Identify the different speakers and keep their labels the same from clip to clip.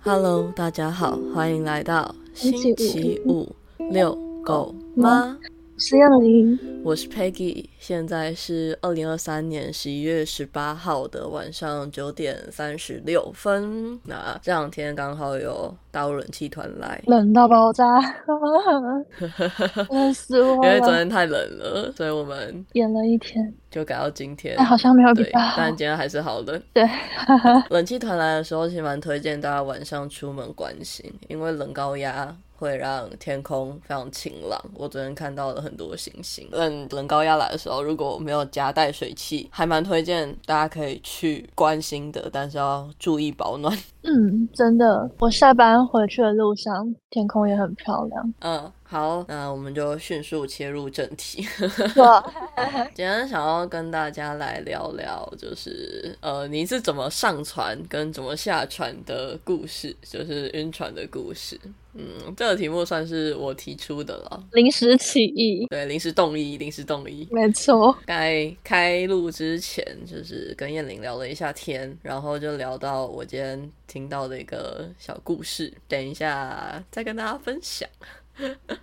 Speaker 1: Hello，大家好，欢迎来到
Speaker 2: 星
Speaker 1: 星期
Speaker 2: 期
Speaker 1: 五遛狗吗？
Speaker 2: 是要零，
Speaker 1: 我是 Peggy，现在是二零二三年十一月十八号的晚上九点三十六分。那这两天刚好有大陆人气团来，
Speaker 2: 冷到 爆炸，冷死
Speaker 1: 因
Speaker 2: 我
Speaker 1: 为昨
Speaker 2: 了，
Speaker 1: 天太冷了，所以我们
Speaker 2: 演了一天，
Speaker 1: 就改到今天
Speaker 2: 哎，。好像没有比
Speaker 1: 对，
Speaker 2: 较好
Speaker 1: 但，今天还是好冷。
Speaker 2: 对，
Speaker 1: 冷气团来的时候，其实蛮推荐大家晚上出门关心，因为冷高压会让天空非常晴朗。我昨天看到了很多星星。冷冷高压来的时候，如果没有夹带水汽，还蛮推荐大家可以去关心的，但是要注意保暖。
Speaker 2: 嗯，真的，我下班回去的路上，天空也很漂亮，
Speaker 1: 嗯，好，那我们就迅速切入正题。
Speaker 2: 哇，
Speaker 1: 今天想要跟大家来聊聊，就是呃，你是怎么上船跟怎么下船的故事，就是晕船的故事。嗯，这个题目算是我提出的了。
Speaker 2: 临时起意，
Speaker 1: 对，临时动议，临时动议。
Speaker 2: 没错，
Speaker 1: 该开录之前，就是跟燕玲聊了一下天，然后就聊到我今天听到的一个小故事，等一下再跟大家分享。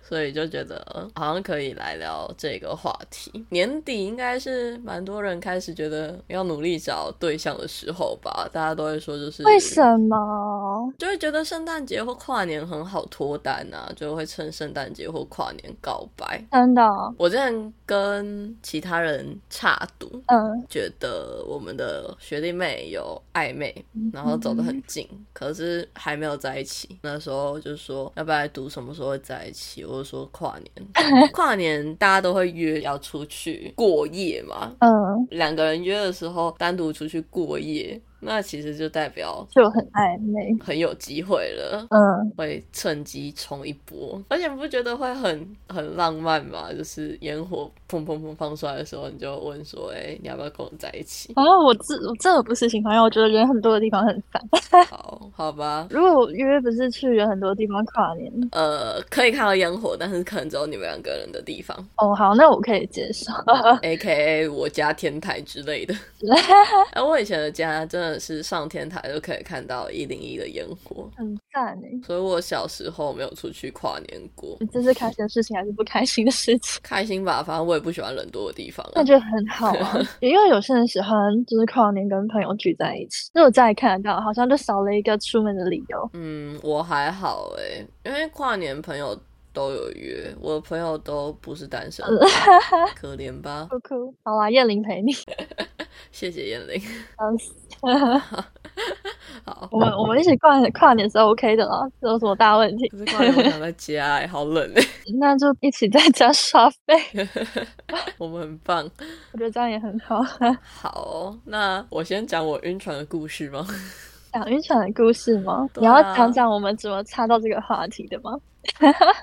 Speaker 1: 所以就觉得呃好像可以来聊这个话题。年底应该是蛮多人开始觉得要努力找对象的时候吧，大家都会说就是
Speaker 2: 为什么？
Speaker 1: 就会觉得圣诞节或跨年很好脱单啊，就会趁圣诞节或跨年告白。
Speaker 2: 真的哦，
Speaker 1: 我之前跟其他人差赌，
Speaker 2: 嗯，
Speaker 1: 觉得我们的学弟妹有暧昧，然后走得很近，可是还没有在一起。那时候就说要不要来读什么时候会在一起，我就说跨年，跨年大家都会约要出去过夜嘛。
Speaker 2: 嗯，
Speaker 1: 两个人约的时候单独出去过夜，那其实就代表
Speaker 2: 就很暧昧，
Speaker 1: 很有机会了。
Speaker 2: 嗯，
Speaker 1: 会趁机冲一波，而且你不觉得会很很浪漫吗？就是烟火砰砰砰放出来的时候，你就问说：“哎、你要不要跟我在一起
Speaker 2: 然哦后我这我真的不是喜欢，因为我觉得人很多的地方很烦，？”
Speaker 1: 好，好吧，
Speaker 2: 如果我约不是去人很多地方跨年，
Speaker 1: 呃，可以看到烟火，但是可能只有你们两个人的地 方
Speaker 2: 哦，好，那我可以接受。
Speaker 1: 嗯，A K A 我家天台之类的。哎、我以前的家真的是上天台就可以看到一零一的烟火，
Speaker 2: 很赞欸诶，
Speaker 1: 所以我小时候没有出去跨年过。
Speaker 2: 你这是开心的事情还是不开心的事情？
Speaker 1: 开心吧，反正我也不喜欢人多的地方、啊
Speaker 2: 那。就很好啊， 因为有些人喜欢就是跨年跟朋友聚在一起，如果家里看得到，好像就少了一个出门的理由。
Speaker 1: 嗯，我还好诶，因为跨年朋友都有约，我的朋友都不是单身，可怜吧？
Speaker 2: 哭哭，好啦，燕玲陪你。
Speaker 1: 谢谢燕玲。
Speaker 2: 嗯，死
Speaker 1: 好，
Speaker 2: 我们我们一起跨跨年是 OK 的啦，这有什么大问 题？
Speaker 1: 可是跨年我想在家欸诶，好冷诶，
Speaker 2: 那就一起在家 刷费，
Speaker 1: 我们很棒。
Speaker 2: 我觉得这样也很好。
Speaker 1: 好，那我先讲我晕船的故事吗？
Speaker 2: 讲晕船的故事吗？
Speaker 1: 对
Speaker 2: 你要
Speaker 1: 啊
Speaker 2: 讲讲我们怎么插到这个话题的吗？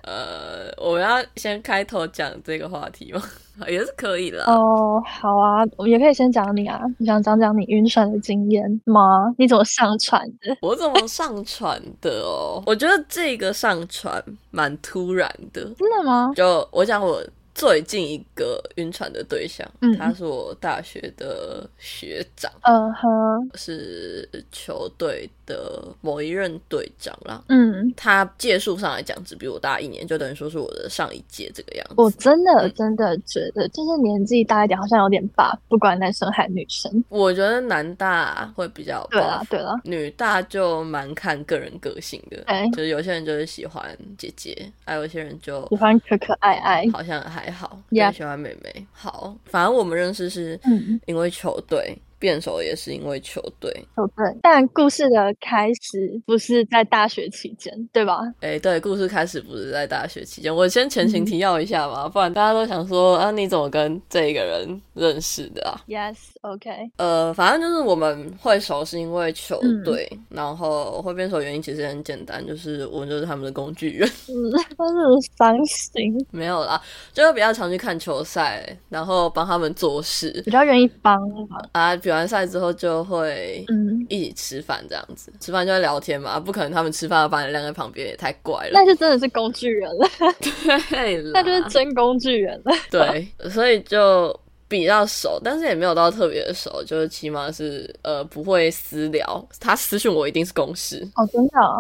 Speaker 1: 呃，我们要先开头讲这个话题吗？ 也是可以啦。
Speaker 2: 哦，好啊，我也可以先讲你啊，你想讲讲你晕船的经验吗？你怎么上船的？
Speaker 1: 我怎么上船的哦？我觉得这个上船蛮突然的，
Speaker 2: 真的吗？
Speaker 1: 就我讲我最近一个晕船的对象，
Speaker 2: 嗯
Speaker 1: 他是我大学的学长，
Speaker 2: 嗯哼，
Speaker 1: 是球队的某一任队长啦。
Speaker 2: 嗯，
Speaker 1: 他届数上来讲，只比我大一年，就等于说是我的上一届这个样子。
Speaker 2: 我真的
Speaker 1: 嗯
Speaker 2: 真的觉得，就是年纪大一点，好像有点霸，不管男生还女生。
Speaker 1: 我觉得男大会比较
Speaker 2: 对啊
Speaker 1: 包
Speaker 2: 啦
Speaker 1: 袱，
Speaker 2: 对啦，
Speaker 1: 女大就蛮看个人个性的，
Speaker 2: 对
Speaker 1: 就是有些人就是喜欢姐姐，还有一些人就
Speaker 2: 喜欢可可爱爱。
Speaker 1: 好像还好，
Speaker 2: Yeah
Speaker 1: 也喜欢妹妹。好，反正我们认识是
Speaker 2: 嗯，
Speaker 1: 因为球队变熟，也是因为球队。
Speaker 2: 哦对，但故事的开始不是在大学期间，对吧？
Speaker 1: 哎，对，故事开始不是在大学期间，我先前
Speaker 2: 嗯
Speaker 1: 情提要一下嘛，不然大家都想说啊，你怎么跟这个人认识的啊？
Speaker 2: Yes，OK，、
Speaker 1: 呃，反正就是我们会熟是因为球队，然后会变熟原因其实很简单，就是我们就是他们的工具人，
Speaker 2: 嗯，真是伤心，
Speaker 1: 没有啦，就是比较常去看球赛，然后帮他们做事
Speaker 2: 比较愿意帮忙。
Speaker 1: 啊。比完赛之后就会
Speaker 2: 嗯，
Speaker 1: 一起吃饭这样子，吃饭就会聊天嘛，不可能他们吃饭把你晾在旁边也太怪了。
Speaker 2: 那就真的是工具人了，
Speaker 1: 对啦，
Speaker 2: 啊 那就是真工具人了。
Speaker 1: 对，所以就。比较熟，但是也没有到特别熟，就是起码是呃不会私聊，他私讯我一定是公事，
Speaker 2: 哦，真的啊、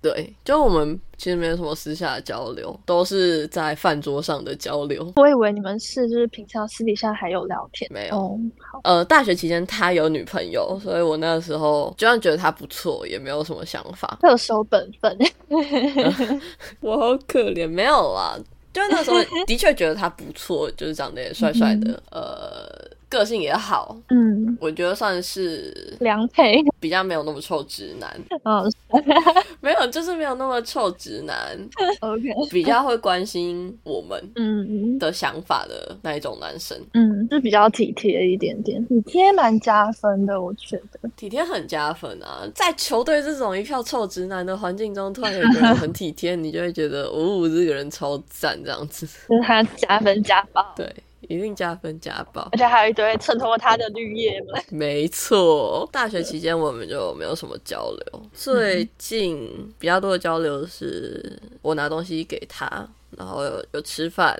Speaker 1: 对，就我们其实没有什么私下的交流，都是在饭桌上的交流。
Speaker 2: 我以为你们是就是平常私底下还有聊天。
Speaker 1: 没有，
Speaker 2: 哦，
Speaker 1: 呃，大学期间他有女朋友，所以我那时候就算觉得他不错，也没有什么想法。
Speaker 2: 他有守本分，
Speaker 1: 我好可怜，没有啦，就是那时候的确觉得他不错，就是长得也帅帅的，呃，个性也好，
Speaker 2: 嗯，
Speaker 1: 我觉得算是
Speaker 2: 良配，
Speaker 1: 比较没有那么臭直男，
Speaker 2: 嗯
Speaker 1: 没有，就是没有那么臭直 男，
Speaker 2: ，OK，
Speaker 1: 比较会关心我们
Speaker 2: 嗯
Speaker 1: 的想法的那一种男生。
Speaker 2: 嗯，就比较体贴一点点，体贴蛮加分的，我觉得。
Speaker 1: 体贴很加分啊！在球队这种一票臭直男的环境中，突然有一个人很体贴，你就会觉得， 哦，这个人超赞，这样子，
Speaker 2: 就是他加分加爆，
Speaker 1: 对，一定加分加爆
Speaker 2: 而。且还有一堆衬托他的绿叶们。
Speaker 1: 没错，大学期间我们就没有什么交流，最近比较多的交流是我拿东西给他，然后有有吃饭，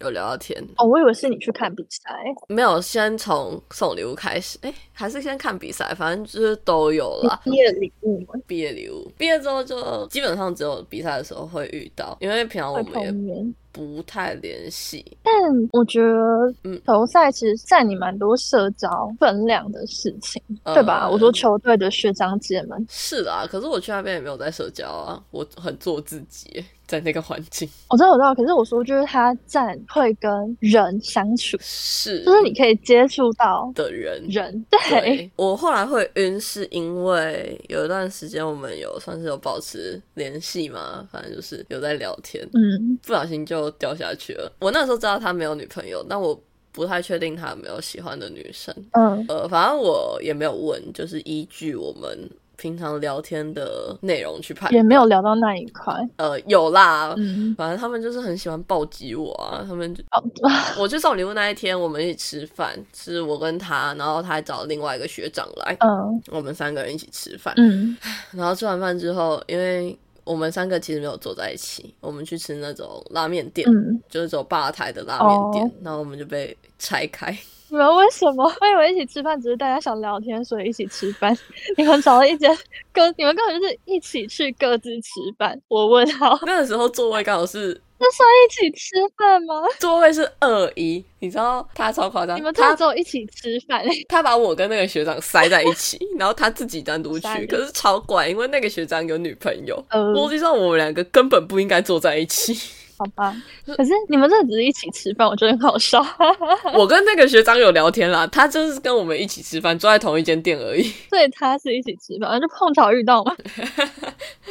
Speaker 1: 有聊聊天，
Speaker 2: 哦，我以为是你去看比赛，
Speaker 1: 没有先从送礼物开始，哎，还是先看比赛，反正就是都有啦。
Speaker 2: 毕业礼物吗？
Speaker 1: 毕业礼物。毕业之后就基本上只有比赛的时候会遇到，因为平常我
Speaker 2: 会
Speaker 1: 们也
Speaker 2: 碰面。
Speaker 1: 不太联系。
Speaker 2: 但我觉得
Speaker 1: 嗯
Speaker 2: 球赛其实占你蛮多社交分量的事情， 对吧？
Speaker 1: 呃
Speaker 2: 我说球队的学长姐们，
Speaker 1: 是啦，可是我去那边也没有在社交啊，我很做自己，在那个环境
Speaker 2: 我知道我知道，可是我说就是他占会跟人相处，
Speaker 1: 是
Speaker 2: 就是你可以接触到
Speaker 1: 的人。
Speaker 2: 人， 对，
Speaker 1: 对，我后来会晕，是因为有一段时间我们有算是有保持联系嘛，反正就是有在聊天，
Speaker 2: 嗯，
Speaker 1: 不小心就掉下去了。我那时候知道他没有女朋友，但我不太确定他有没有喜欢的女生。
Speaker 2: 嗯
Speaker 1: 呃，反正我也没有问，就是依据我们平常聊天的内容去判。
Speaker 2: 也没有聊到那一块，
Speaker 1: 呃，有啦，
Speaker 2: 嗯，
Speaker 1: 反正他们就是很喜欢暴击我啊。他们就
Speaker 2: 好吧，
Speaker 1: 我去送礼物那一天，我们一起吃饭，是我跟他，然后他还找另外一个学长来，
Speaker 2: 嗯
Speaker 1: 我们三个人一起吃饭。
Speaker 2: 嗯
Speaker 1: 然后吃完饭之后，因为我们三个其实没有坐在一起，我们去吃那种拉面店，
Speaker 2: 嗯，
Speaker 1: 就是走吧台的拉面店
Speaker 2: 哦
Speaker 1: 然后我们就被拆开。
Speaker 2: 你们嗯为什么？ 我以为一起吃饭只是大家想聊天，所以一起吃饭。 你们找了一间各，你们根本就是一起去各自吃饭。我问 号，
Speaker 1: 那个时候座位刚好是
Speaker 2: 这算一起吃饭吗？
Speaker 1: 座位是二一，你知道他超夸张，
Speaker 2: 你们
Speaker 1: 他
Speaker 2: 这只有一起吃饭，
Speaker 1: 他把我跟那个学长塞在一起，然后他自己单独
Speaker 2: 塞
Speaker 1: 去，
Speaker 2: 进
Speaker 1: 可是超怪，因为那个学长有女朋友，
Speaker 2: 呃，
Speaker 1: 逻辑上我们两个根本不应该坐在一 起。
Speaker 2: 好吧。可是你们这只是一起吃饭，我觉得很好笑。
Speaker 1: 我跟那个学长有聊天啦，他就是跟我们一起吃饭，坐在同一间店而已。
Speaker 2: 所以他是一起吃饭，就碰巧遇 到嘛。对，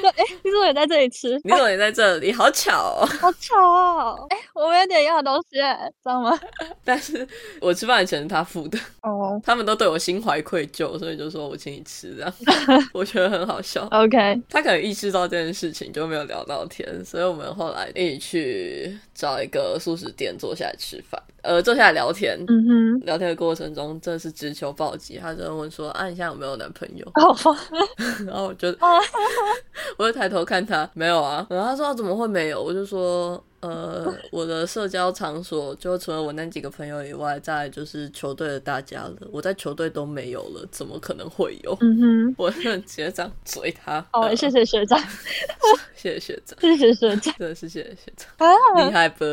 Speaker 2: 哎、你怎么也在这里吃？
Speaker 1: 你怎么也在这里？好巧、哦！
Speaker 2: 好巧哦！ 哎、我们有点要的东西，哎知道吗？
Speaker 1: 但是我吃饭的钱是他付的，
Speaker 2: 哦、
Speaker 1: 他们都对我心怀愧疚，所以就说我请你吃这样， 我觉得很好笑。
Speaker 2: o k
Speaker 1: 他可能意识到这件事情，就没有聊到天，所以我们后来一起去找一个素食店坐下来吃饭，呃，坐下来聊天。
Speaker 2: 嗯哼。
Speaker 1: 聊天的过程中，真的是直球暴击，他就问说：“啊，你现在有没有男朋友
Speaker 2: 哦，？”
Speaker 1: 然后我就
Speaker 2: 啊，
Speaker 1: 我就抬头看他，没有啊。然后他说、啊：“怎么会没有？”我就说：“ 呃，我的社交场所就除了我那几个朋友以外，再来就是球队的大家了。我在球队都没有了，怎么可能会有？”
Speaker 2: 嗯哼，
Speaker 1: 我真的直接这样追他。
Speaker 2: 哦，
Speaker 1: 呃
Speaker 2: 谢谢学长，
Speaker 1: 谢谢学长。
Speaker 2: 谢谢学长
Speaker 1: 真的是谢谢学长，
Speaker 2: 啊！
Speaker 1: 厉害不？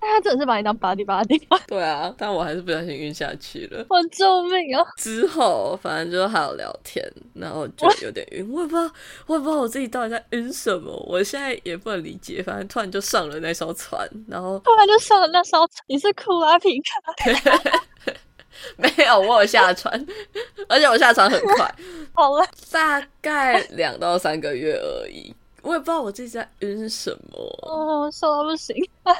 Speaker 2: 他真的是把你当 buddy buddy，
Speaker 1: 对啊，但我还是不小心晕下去了。
Speaker 2: 我救命啊！
Speaker 1: 之后反正就还有聊天，然后就有点晕，我也不知道，我也不知道我自己到底在晕什么，我现在也不能理解。反正突然就上了那艘船，然后
Speaker 2: 突然就上了那艘，你是库拉皮卡，
Speaker 1: 没有我有下船，而且我下船很快，
Speaker 2: 好了，
Speaker 1: 大概两到三个月而已。我也不知道我自己在晕什么，
Speaker 2: 哦，笑到不行，
Speaker 1: 呃，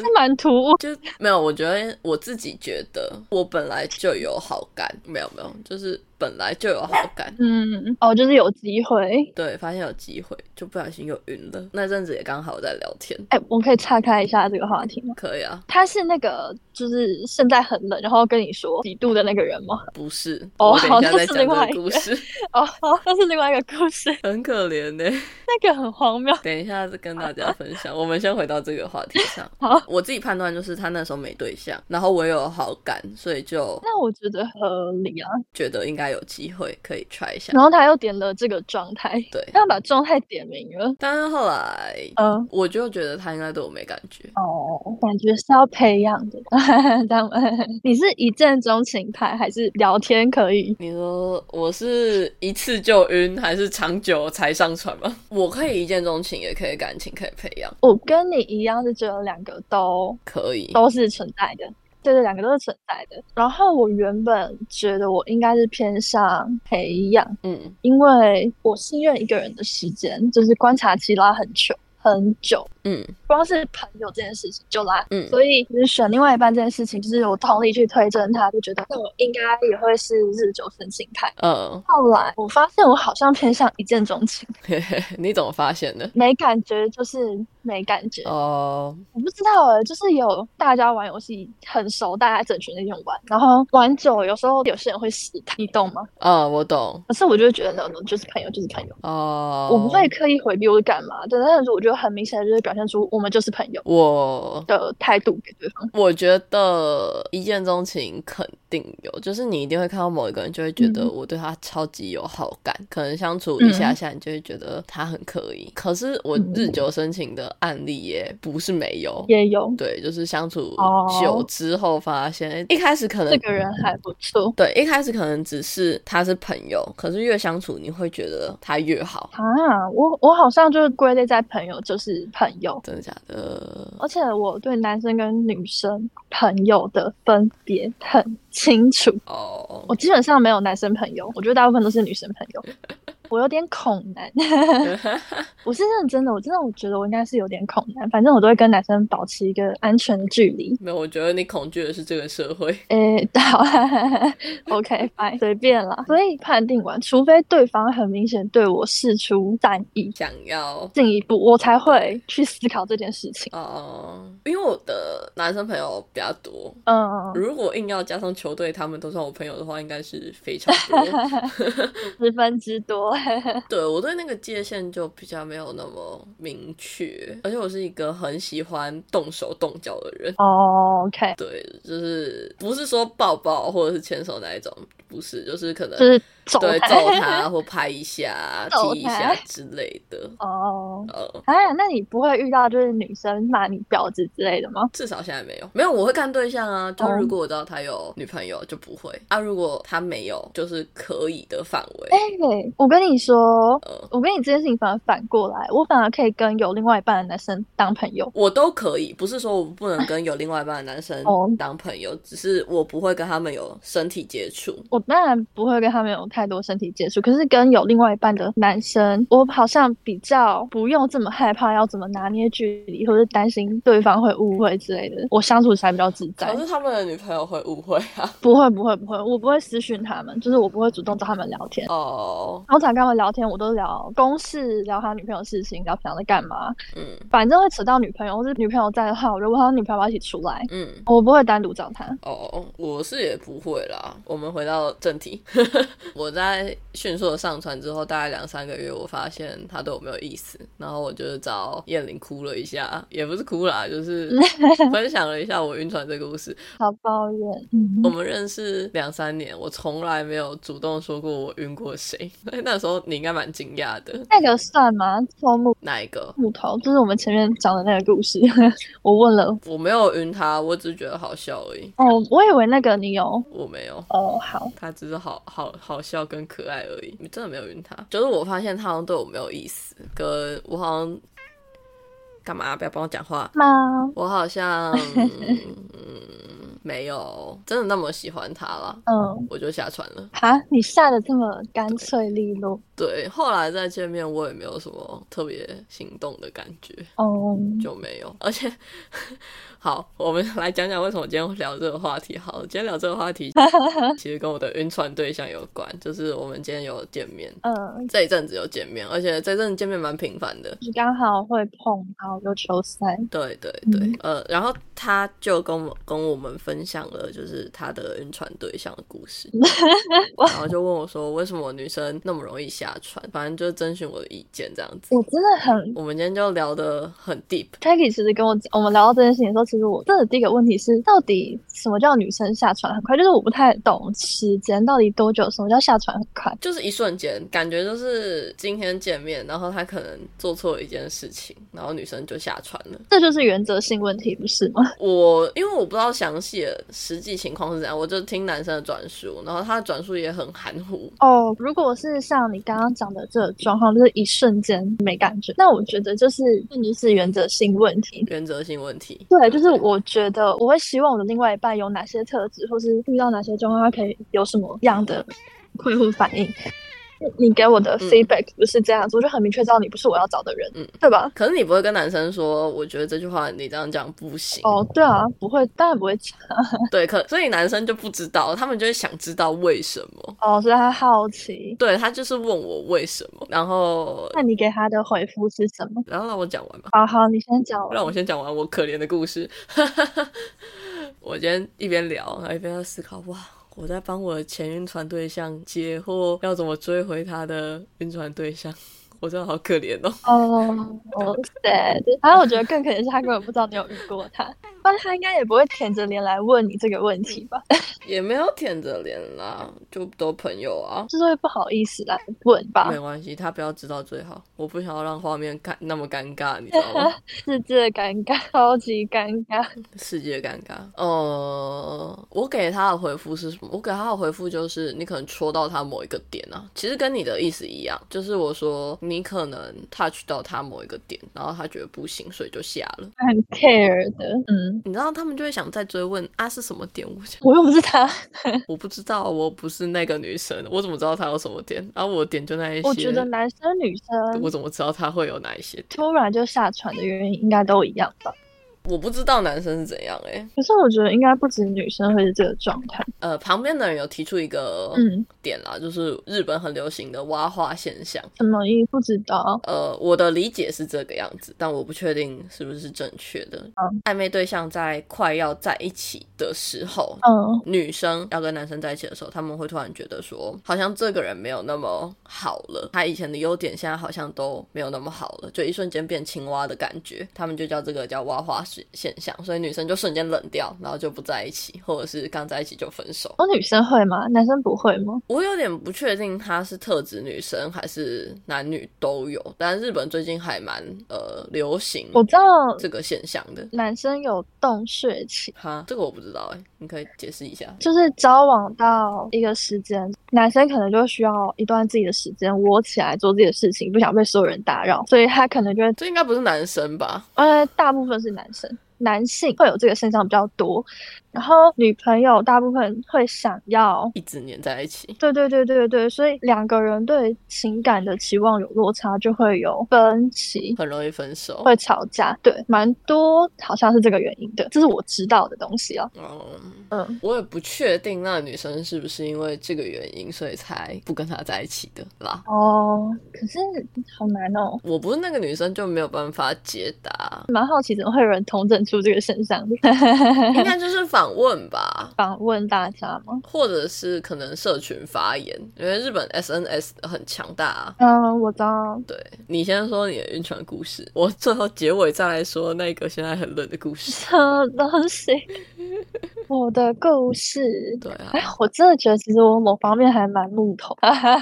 Speaker 2: 还蛮突兀，
Speaker 1: 就没有，我觉得我自己觉得我本来就有好感，没有没有，就是本来就有好感。
Speaker 2: 嗯，哦，就是有机会，
Speaker 1: 对，发现有机会就不小心又晕了。那阵子也刚好在聊天，
Speaker 2: 哎、我可以岔开一下这个话题吗？
Speaker 1: 可以啊，
Speaker 2: 他是那个就是现在很冷，然后跟你说几度的那个人吗？
Speaker 1: 不是。
Speaker 2: 哦
Speaker 1: 我等一下
Speaker 2: 好
Speaker 1: 再
Speaker 2: 那
Speaker 1: 讲
Speaker 2: 是
Speaker 1: 这
Speaker 2: 另外一
Speaker 1: 个
Speaker 2: 个
Speaker 1: 故事，
Speaker 2: 哦，那是另外一个故事，
Speaker 1: 很可怜呢、
Speaker 2: 那个很荒谬。。
Speaker 1: 等一下再跟大家分享。我们先回到这个话题上
Speaker 2: 好，
Speaker 1: 我自己判断就是他那时候没对象，然后我有好感，所以就
Speaker 2: 那我觉得合理啊。
Speaker 1: 觉得应该有机会可以 try 一下。
Speaker 2: 然后他又点了这个状态，
Speaker 1: 对，
Speaker 2: 他把状态点明了。
Speaker 1: 但是后来
Speaker 2: 嗯，
Speaker 1: 我就觉得他应该对我没感觉，
Speaker 2: 哦，感觉是要培养的。 当然，你是一见钟情派还是聊天可以？
Speaker 1: 你说我是一次就晕，还是长久才上船吗？我可以一见钟情，也可以感情可以培养，
Speaker 2: 我跟你一样是觉得两个都
Speaker 1: 可以。
Speaker 2: 都是存在的。对对，两个都是存在的。然后我原本觉得我应该是偏向培养，
Speaker 1: 嗯，
Speaker 2: 因为我信任一个人的时间，就是观察期拉很久很久，
Speaker 1: 嗯
Speaker 2: 光是朋友这件事情就拉
Speaker 1: 嗯，
Speaker 2: 所以就是选另外一半这件事情，就是我同理去推荐他，就觉得那嗯我应该也会是日久生情派。
Speaker 1: 呃，
Speaker 2: 后来我发现我好像偏向一见钟情，
Speaker 1: 嘿嘿，你怎么发现的？
Speaker 2: 没感觉就是没感觉。
Speaker 1: 哦，
Speaker 2: 我不知道哎，就是有大家玩游戏很熟，大家整群那种玩，然后玩久了，有时候有些人会试探，你懂吗？
Speaker 1: 啊，我懂。
Speaker 2: 可是我就会觉得 no no 就是朋友就是朋友，
Speaker 1: 哦，
Speaker 2: 我不会，刻意回避或者干嘛的，但是我觉得很明显的就是表现出我们就是朋友
Speaker 1: 我
Speaker 2: 的态度给对方。
Speaker 1: 我觉得一见钟情肯定有，就是你一定会看到某一个人，就会觉得
Speaker 2: 嗯
Speaker 1: 我对他超级有好感，可能相处一下下，你就会觉得他很可以。可是我
Speaker 2: 嗯
Speaker 1: 日久生情的案例也不是没有。
Speaker 2: 也有
Speaker 1: 对，就是相处
Speaker 2: 哦
Speaker 1: 久之后发现，诶一开始可能
Speaker 2: 这个人还不错
Speaker 1: 对，一开始可能只是他是朋友，可是越相处你会觉得他越好，
Speaker 2: 啊，我我好像就是归类在朋友就是朋友，
Speaker 1: 真的假的？
Speaker 2: 而且我对男生跟女生朋友的分别很清楚。
Speaker 1: 哦
Speaker 2: 我，基本上没有男生朋友，我觉得大部分都是女生朋友。我有点恐男，我是认真的，我真的我觉得我应该是有点恐男，反正我都会跟男生保持一个安全的距离。
Speaker 1: 没有，我觉得你恐惧的是这个社会。
Speaker 2: 诶、好啊 ，OK，拜，随便啦。所以判定完，除非对方很明显对我示出善意，
Speaker 1: 想要
Speaker 2: 进一步我才会去思考这件事情。
Speaker 1: 哦、因为我的男生朋友比较多，
Speaker 2: 嗯，
Speaker 1: 如果硬要加上球队他们都算我朋友的话，应该是非常多。
Speaker 2: 十分之多。
Speaker 1: 对我对那个界限就比较没有那么明确，而且我是一个很喜欢动手动脚的人。
Speaker 2: 哦，OK，
Speaker 1: 对，就是不是说抱抱或者是牵手那一种，不是，就是可能
Speaker 2: 就是走
Speaker 1: 对
Speaker 2: 开
Speaker 1: 揍他或拍一下、
Speaker 2: 揍
Speaker 1: 踢一下
Speaker 2: 他
Speaker 1: 之类的。
Speaker 2: 哦。
Speaker 1: 呃，
Speaker 2: 哎、那你不会遇到就是女生骂你婊子之类的吗？
Speaker 1: 至少现在没有，没有我会看对象啊。就
Speaker 2: 哦
Speaker 1: 如果我知道他有女朋友就不会啊，如果他没有，就是可以的范围。
Speaker 2: 哎、我跟你说，
Speaker 1: 呃，
Speaker 2: 我跟你这件事情反而反过来，我反而可以跟有另外一半的男生当朋友。
Speaker 1: 我都可以，不是说我不能跟有另外一半的男生
Speaker 2: 哦
Speaker 1: 当朋友，只是我不会跟他们有身体接触。
Speaker 2: 我当然不会跟他们有太多身体接触，可是跟有另外一半的男生，我好像比较不用这么害怕要怎么拿捏距离，或是担心对方会误会之类的，我相处起来比较自在
Speaker 1: 可。是他们的女朋友会误会啊。
Speaker 2: 不会不会不会，我不会私讯他们，就是我不会主动找他们聊天。
Speaker 1: 哦，
Speaker 2: 然后常跟他们聊天，我都聊公事，聊他女朋友的事情，聊平常在干嘛，
Speaker 1: 嗯
Speaker 2: 反正会扯到女朋友，或是女朋友在的话，我就问他女朋友要不要一起出来。
Speaker 1: 嗯。
Speaker 2: 我不会单独找他，
Speaker 1: 哦，我是也不会啦。我们回到正题， 我在迅速的上传之后，大概两三个月，我发现他对我没有意思，然后我就找燕玲哭了一下，也不是哭啦，就是分享了一下我晕船这个故事。
Speaker 2: 好抱怨。嗯
Speaker 1: 我，们认识两三年，我从来没有主动说过我晕过谁， 所以那时候你应该蛮惊讶的。
Speaker 2: 那个算吗？抽木
Speaker 1: 哪一个？
Speaker 2: 木头，就是我们前面讲的那个故事。 我问了，
Speaker 1: 我没有晕他，我只是觉得好笑而已。
Speaker 2: 哦，我以为那个你有。
Speaker 1: 我没有。
Speaker 2: 哦，好，
Speaker 1: 他只是好好好笑跟可爱而已，你真的没有晕他。就是我发现他好像对我没有意思，跟我好像干嘛？不要帮我讲话，
Speaker 2: 妈，
Speaker 1: 我好 像、嗯、没有真的那么喜欢他了，
Speaker 2: 嗯，
Speaker 1: 我就下船了。
Speaker 2: 哈，你下的这么干脆利落，
Speaker 1: 对，后来再见面，我也没有什么特别心动的感觉，
Speaker 2: 哦，
Speaker 1: 就没有。而且， 好，我们来讲讲为什么今天会聊这个话题。好了，今天聊这个话题 其实跟我的晕船对象有关，就是我们今天有见面。
Speaker 2: 嗯，
Speaker 1: 这一阵子有见面，而且这阵子见面蛮频繁的。
Speaker 2: 就刚好会碰，然后又球赛，
Speaker 1: 对对
Speaker 2: 嗯
Speaker 1: 对，呃，然后他就跟我跟我们分享了，就是他的晕船对象的故事，然后就问我说，为什么女生那么容易下下传，反正就征询我的意见这样子。
Speaker 2: 我真的很
Speaker 1: 我们今天就聊得很 deep，
Speaker 2: Taki 其实跟我我们聊到这件事情的时候，其实我真的第一个问题是，到底什么叫女生下船很快？就是我不太懂时间到底多久，什么叫下船很快？
Speaker 1: 就是一瞬间，感觉就是今天见面，然后他可能做错了一件事情，然后女生就下船了。
Speaker 2: 这就是原则性问题，不是吗？
Speaker 1: 我因为我不知道详细的实际情况是怎样，我就听男生的转述，然后他的转述也很含糊。
Speaker 2: 哦， 如果是像你刚刚讲的这个状况，就是一瞬间没感觉，那我觉得就是那就是原则性问题。
Speaker 1: 原则性问题，
Speaker 2: 对，就是我觉得我会希望我的另外一半有哪些特质，或是遇到哪些状况，他可以有什么样的会或反应。你给我的 feedback 不是这样子，我就很明确知道你不是我要找的人，
Speaker 1: 嗯
Speaker 2: 对吧？
Speaker 1: 可是你不会跟男生说，我觉得这句话你这样讲不行。
Speaker 2: 哦，对啊，不会，当然不会讲。
Speaker 1: 对，可所以男生就不知道，他们就会想知道为什么。
Speaker 2: 哦，所以他好奇。
Speaker 1: 对他就是问我为什么，然后
Speaker 2: 那你给他的回复是什么？
Speaker 1: 然后让我讲完吧，
Speaker 2: 好好，你先讲完。
Speaker 1: 让我先讲完我可怜的故事。 我今天一边聊，然后一边在思考，哇，我在帮我的前晕船对象解惑，要怎么追回他的晕船对象，我真的好可怜哦。
Speaker 2: 哦，我 sad。还有，我觉得更可能是他根本不知道你有遇过他，不然他应该也不会舔着脸来问你这个问题吧，
Speaker 1: 也没有舔着脸啦，就都朋友啊，
Speaker 2: 就是会不好意思来问吧
Speaker 1: 没。关系，他不要知道最好，我不想要让画面尴那么尴尬，你知道 吗？
Speaker 2: 世界尴尬， 超级尴尬。
Speaker 1: 世界尴尬。呃，我给他的回复是什么？我给他的回复就是，你可能戳到他某一个点啊，其实跟你的意思一样，就是我说你可能 touch 到他某一个点，然后他觉得不行，所以就下了。
Speaker 2: 很 care 的，嗯，
Speaker 1: 你知道他们就会想再追问啊是什么点？我 想
Speaker 2: 我又不是他，
Speaker 1: 我不知道，我不是那个女生，我怎么知道他有什么点？啊，我的点就那一些。
Speaker 2: 我觉得男生女
Speaker 1: 我
Speaker 2: 生
Speaker 1: 怎么知道他会有哪一些点？
Speaker 2: 突然就下船的原因应该都一样吧。
Speaker 1: 我不知道男生是怎样诶、欸
Speaker 2: 可是我觉得应该不止女生会是这个状态，
Speaker 1: 呃，旁边的人有提出一个
Speaker 2: 嗯
Speaker 1: 点啦，就是日本很流行的蛙化现象。
Speaker 2: 什么意不知道？
Speaker 1: 呃，我的理解是这个样子，但我不确定是不是正确的。暧昧对象在快要在一起的时候，
Speaker 2: 嗯，
Speaker 1: 女生要跟男生在一起的时候，他们会突然觉得说，好像这个人没有那么好了，他以前的优点现在好像都没有那么好了，就一瞬间变青蛙的感觉，他们就叫这个叫蛙化现现象，所以女生就瞬间冷掉，然后就不在一起，或者是刚在一起就分手。
Speaker 2: 哦，女生会吗？男生不会吗？
Speaker 1: 我有点不确定他是特指女生还是男女都有，但日本最近还蛮呃流行
Speaker 2: 我知道
Speaker 1: 这个现象的。
Speaker 2: 男生有洞穴期，
Speaker 1: 哈，这个我不知道哎、你可以解释一下。
Speaker 2: 就是交往到一个时间，男生可能就需要一段自己的时间窝起来做自己的事情，不想被所有人打扰，所以他可能就会，
Speaker 1: 这应该不是男生吧？
Speaker 2: 呃，大部分是男生。男性会有这个现象比较多，然后女朋友大部分会想要
Speaker 1: 一直黏在一起，
Speaker 2: 对对对对对，所以两个人对情感的期望有落差，就会有分歧，
Speaker 1: 很容易分手。
Speaker 2: 会吵架。对，蛮多好像是这个原因的，这是我知道的东西啊。
Speaker 1: 嗯，
Speaker 2: 嗯，
Speaker 1: 我也不确定那个女生是不是因为这个原因，所以才不跟他在一起的啦。
Speaker 2: 哦，可是好难哦，，
Speaker 1: 我不是那个女生，就没有办法解答
Speaker 2: 蛮好奇怎么会有人同整出这个现象 的。
Speaker 1: 应该就是访问吧。
Speaker 2: 访问大家吗？
Speaker 1: 或者是可能社群发言，因为日本 SNS 很强大、啊。
Speaker 2: 嗯，我知道。
Speaker 1: 对你先说你的晕船故事，我最后结尾再来说那个现在很冷的故事。
Speaker 2: 什么东西？我的故事。
Speaker 1: 对啊
Speaker 2: 哎，，我真的觉得其实我某方面还蛮木头。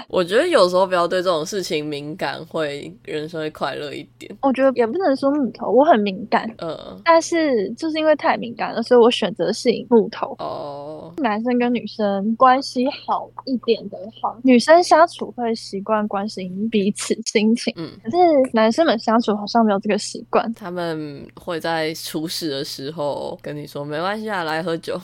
Speaker 1: 我觉得有时候不要对这种事情敏感，会人生会快乐一点。
Speaker 2: 我觉得也不能说木头，我很敏感。
Speaker 1: 呃，
Speaker 2: 但是就是因为太敏感了，所以我选择性木头。
Speaker 1: 哦，
Speaker 2: 男生跟女生关系好一点的话，女生相处会习惯关心彼此心情，
Speaker 1: 嗯，
Speaker 2: 可是男生们相处好像没有这个习惯。
Speaker 1: 他们会在出事的时候跟你说没关系啊，来喝酒。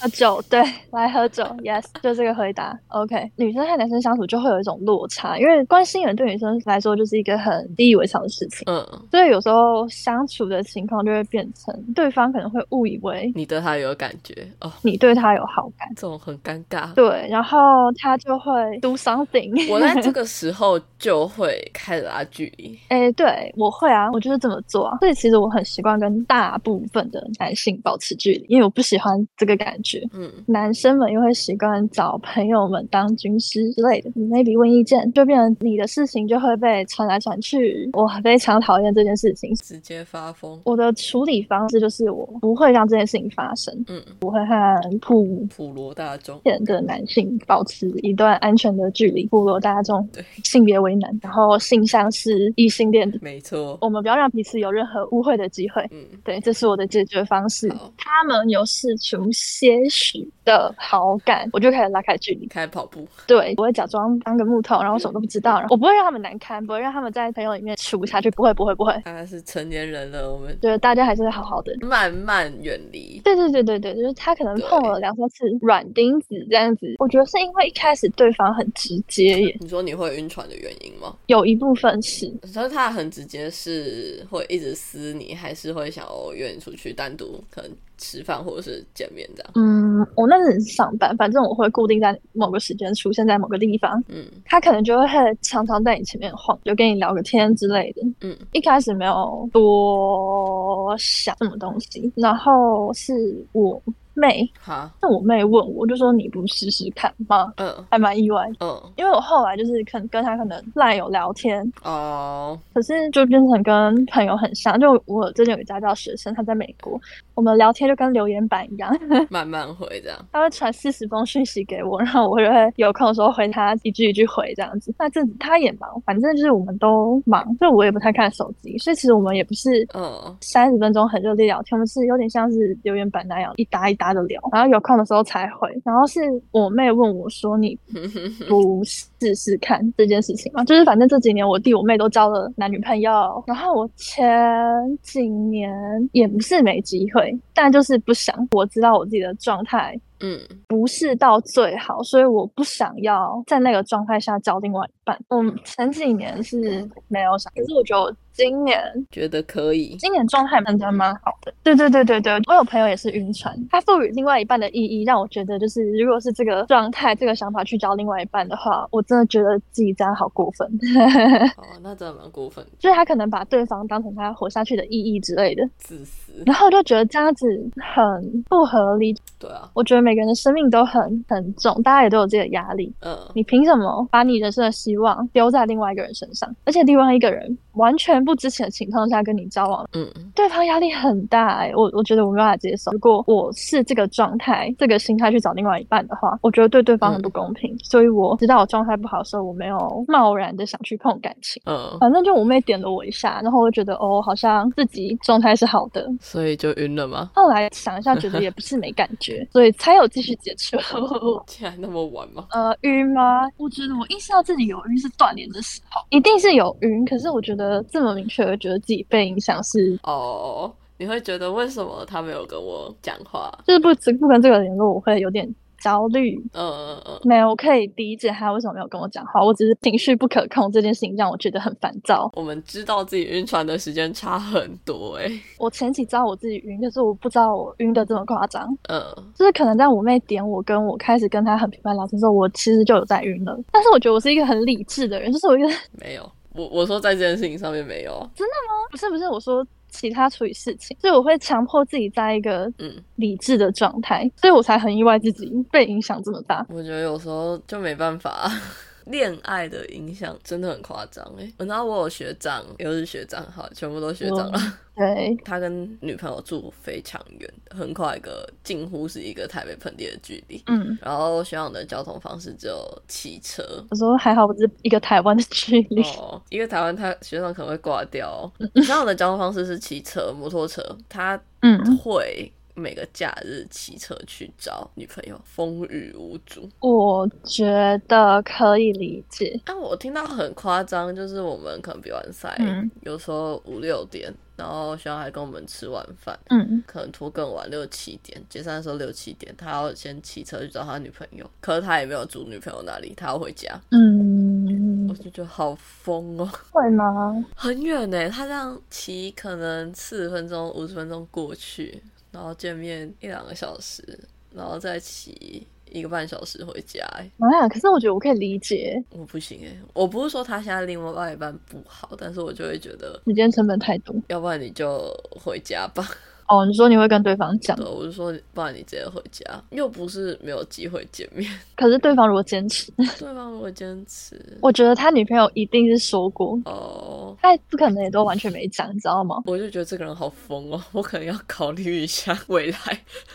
Speaker 2: 喝酒，对，来喝酒，yes，就这个回答。OK，女生和男生相处就会有一种落差，因为关心人对女生来说就是一个很习以为常的事情，
Speaker 1: 嗯，
Speaker 2: 所以有时候相处的情况就会变成对方可能会误以为
Speaker 1: 你对他有感觉哦，
Speaker 2: 你对他有好感。
Speaker 1: 这种很尴尬。
Speaker 2: 对，然后他就会 do something。
Speaker 1: 我在这个时候就会开始拉距离。
Speaker 2: 哎，对，我会啊，我就是这么做啊。所以其实我很习惯跟大部分的男性保持距离，因为我不喜欢这个感觉。
Speaker 1: 嗯，
Speaker 2: 男生们又会习惯找朋友们当军师之类的，你 maybe 问意见，就变成你的事情就会被传来传去。我非常讨厌这件事情。
Speaker 1: 直接发疯，
Speaker 2: 我的处理方式就是我不会让这件事情发生，
Speaker 1: 嗯，
Speaker 2: 我会和普
Speaker 1: 普罗大众，
Speaker 2: 遍的男性保持一段安全的距离，普罗大众
Speaker 1: 对，
Speaker 2: 性别为男，然后性向是异性恋的，
Speaker 1: 没错，
Speaker 2: 我们不要让彼此有任何误会的机会。
Speaker 1: 嗯，
Speaker 2: 对，这是我的解决方式。
Speaker 1: 好，
Speaker 2: 他们有试出些许的好感，我就开始拉开距离。
Speaker 1: 开跑步，
Speaker 2: 对，我会假装当个木头，然后什么都不知道，然后我不会让他们难堪，不会让他们在朋友里面处下去，不会，不会，不会。
Speaker 1: 他是成年人了，我们
Speaker 2: 对，大家还是好好的。
Speaker 1: 慢慢远离，
Speaker 2: 对对对对对，就是他可能碰了两三次软钉子这样子，我觉得是因为一开始对方很直接耶，
Speaker 1: 你说你会晕船的原因吗？
Speaker 2: 有一部分是
Speaker 1: 所以他很直接，是会一直撕你，还是会想要约你出去单独可能吃饭或者是见面这样？
Speaker 2: 嗯，我那阵子上班，反正我会固定在某个时间出现在某个地方，
Speaker 1: 嗯
Speaker 2: 他可能就会常常在你前面晃，就跟你聊个天之类的。
Speaker 1: 嗯，
Speaker 2: 一开始没有多想什么东西，然后是我妹，
Speaker 1: 好，
Speaker 2: 那我妹问我，就说你不试试看吗？
Speaker 1: 嗯
Speaker 2: 还蛮意外，
Speaker 1: 嗯
Speaker 2: 因为我后来就是可能跟她可能赖有聊天，
Speaker 1: 哦，
Speaker 2: 可是就变成跟朋友很像。就我之前有一家教学生，他在美国，我们聊天就跟留言板一样，
Speaker 1: 慢慢回这样，
Speaker 2: 他会传四十封讯息给我，然后我就会有空的时候回他一句一句回这样子。那这他也忙，反正就是我们都忙，所以我也不太看手机，所以其实我们也不是
Speaker 1: 嗯
Speaker 2: 三十分钟很热烈聊天，我们是有点像是留言板那样一搭一搭的聊，然后有空的时候才回。然后是我妹问我说：“你不试试看这件事情吗？”就是反正这几年我弟我妹都交了男女朋友，然后我前几年也不是没机会，但就是不想。我知道我自己的状态
Speaker 1: 嗯，
Speaker 2: 不是到最好，所以我不想要在那个状态下交另外一半。嗯，前几年是没有想，可是我觉得我今年
Speaker 1: 觉得可以，
Speaker 2: 今年状态真的蛮好的。对对对对对，我有朋友也是晕船，他赋予另外一半的意义，让我觉得就是，如果是这个状态、这个想法去交另外一半的话，我真的觉得自己这样好过分。
Speaker 1: 哦，那真的蛮过分的，
Speaker 2: 就是他可能把对方当成他活下去的意义之类的，
Speaker 1: 自私，
Speaker 2: 然后我就觉得这样子很不合理。
Speaker 1: 对啊，
Speaker 2: 我觉得每个人的生命都很很重，大家也都有自己的压力。
Speaker 1: 嗯，
Speaker 2: 你凭什么把你人生的希望丢在另外一个人身上？而且另外一个人完全不知情的情况下跟你交往，
Speaker 1: 嗯，
Speaker 2: 对方压力很大、欸，我我觉得我没办法接受。如果我是这个状态、这个心态去找另外一半的话，我觉得对对方很不公平。所以我知道我状态不好的时候，我没有贸然的想去碰感情。
Speaker 1: 嗯，
Speaker 2: 反正就我妹点了我一下，然后我就觉得哦，好像自己状态是好的。
Speaker 1: 所以就晕了吗？
Speaker 2: 后来想一下，觉得也不是没感觉，所以才有继续接触。
Speaker 1: 竟然那么晚吗？
Speaker 2: 呃，晕吗？我觉得我意识到自己有晕是断联的时候，一定是有晕。可是我觉得这么明确，我觉得自己被影响是
Speaker 1: 哦，你会觉得为什么他没有跟我讲话？
Speaker 2: 就是不不跟这个联络，我会有点焦虑。
Speaker 1: 嗯嗯嗯，
Speaker 2: 没有，我可以理解他为什么没有跟我讲话，我只是情绪不可控这件事情让我觉得很烦躁。
Speaker 1: 我们知道自己晕船的时间差很多哎、
Speaker 2: 我前几招我自己晕，可是我不知道我晕的这么夸张，
Speaker 1: 嗯，
Speaker 2: 就是可能在我妹点我跟我开始跟她很频繁聊天之后，我其实就有在晕了。但是我觉得我是一个很理智的人，就是我一个
Speaker 1: 没有，我我说在这件事情上面没有啊，
Speaker 2: 不是不是我说。其他处理事情，所以我会强迫自己在一个
Speaker 1: 嗯，
Speaker 2: 理智的状态，所以我才很意外自己被影响这么大。
Speaker 1: 我觉得有时候就没办法。 恋爱的影响真的很夸张哎，然后我有学长，又是学长，好，全部都学长了。
Speaker 2: 对，
Speaker 1: 他跟女朋友住非常远，很快一个近乎是一个台北盆地的距离。
Speaker 2: 嗯，
Speaker 1: 然后学长的交通方式只有骑车，
Speaker 2: 我说还好，我只是一个台湾的距 离。
Speaker 1: 哦，因为台湾他学生可能会挂掉、 哦。学长的交通方式是骑车、摩托车，他
Speaker 2: 嗯，
Speaker 1: 会每个假日骑车去找女朋友，风雨无阻。
Speaker 2: 我觉得可以理解。
Speaker 1: 但啊我听到很夸张，就是我们可能比完赛，
Speaker 2: 嗯
Speaker 1: 有时候五六点，然后学长还跟我们吃晚饭。
Speaker 2: 嗯，
Speaker 1: 可能拖更晚六七点，解散的时候六七点，他要先骑车去找他女朋友，可是他也没有住女朋友那里，他要回家，我
Speaker 2: 嗯，
Speaker 1: 就觉得好疯哦。
Speaker 2: 会吗？
Speaker 1: 很远呢，他这样骑可能四十分钟、五十分钟过去，然后见面一两个小时，然后再骑一个半小时回家欸。
Speaker 2: 啊，可是我觉得我可以理解，
Speaker 1: 我不行哎，我不是说他现在另外一半不好，但是我就会觉得，
Speaker 2: 时间成本太多。
Speaker 1: 要不然你就回家吧。
Speaker 2: 哦，你说你会跟对方讲
Speaker 1: 对，，我就说，不然你直接回家，又不是没有机会见面。
Speaker 2: 可是对方如果坚持，
Speaker 1: 对方如果坚持，
Speaker 2: 我觉得他女朋友一定是说过，
Speaker 1: 哦，
Speaker 2: 他不可能也都完全没讲，你知道吗？
Speaker 1: 我就觉得这个人好疯哦，我可能要考虑一下未来。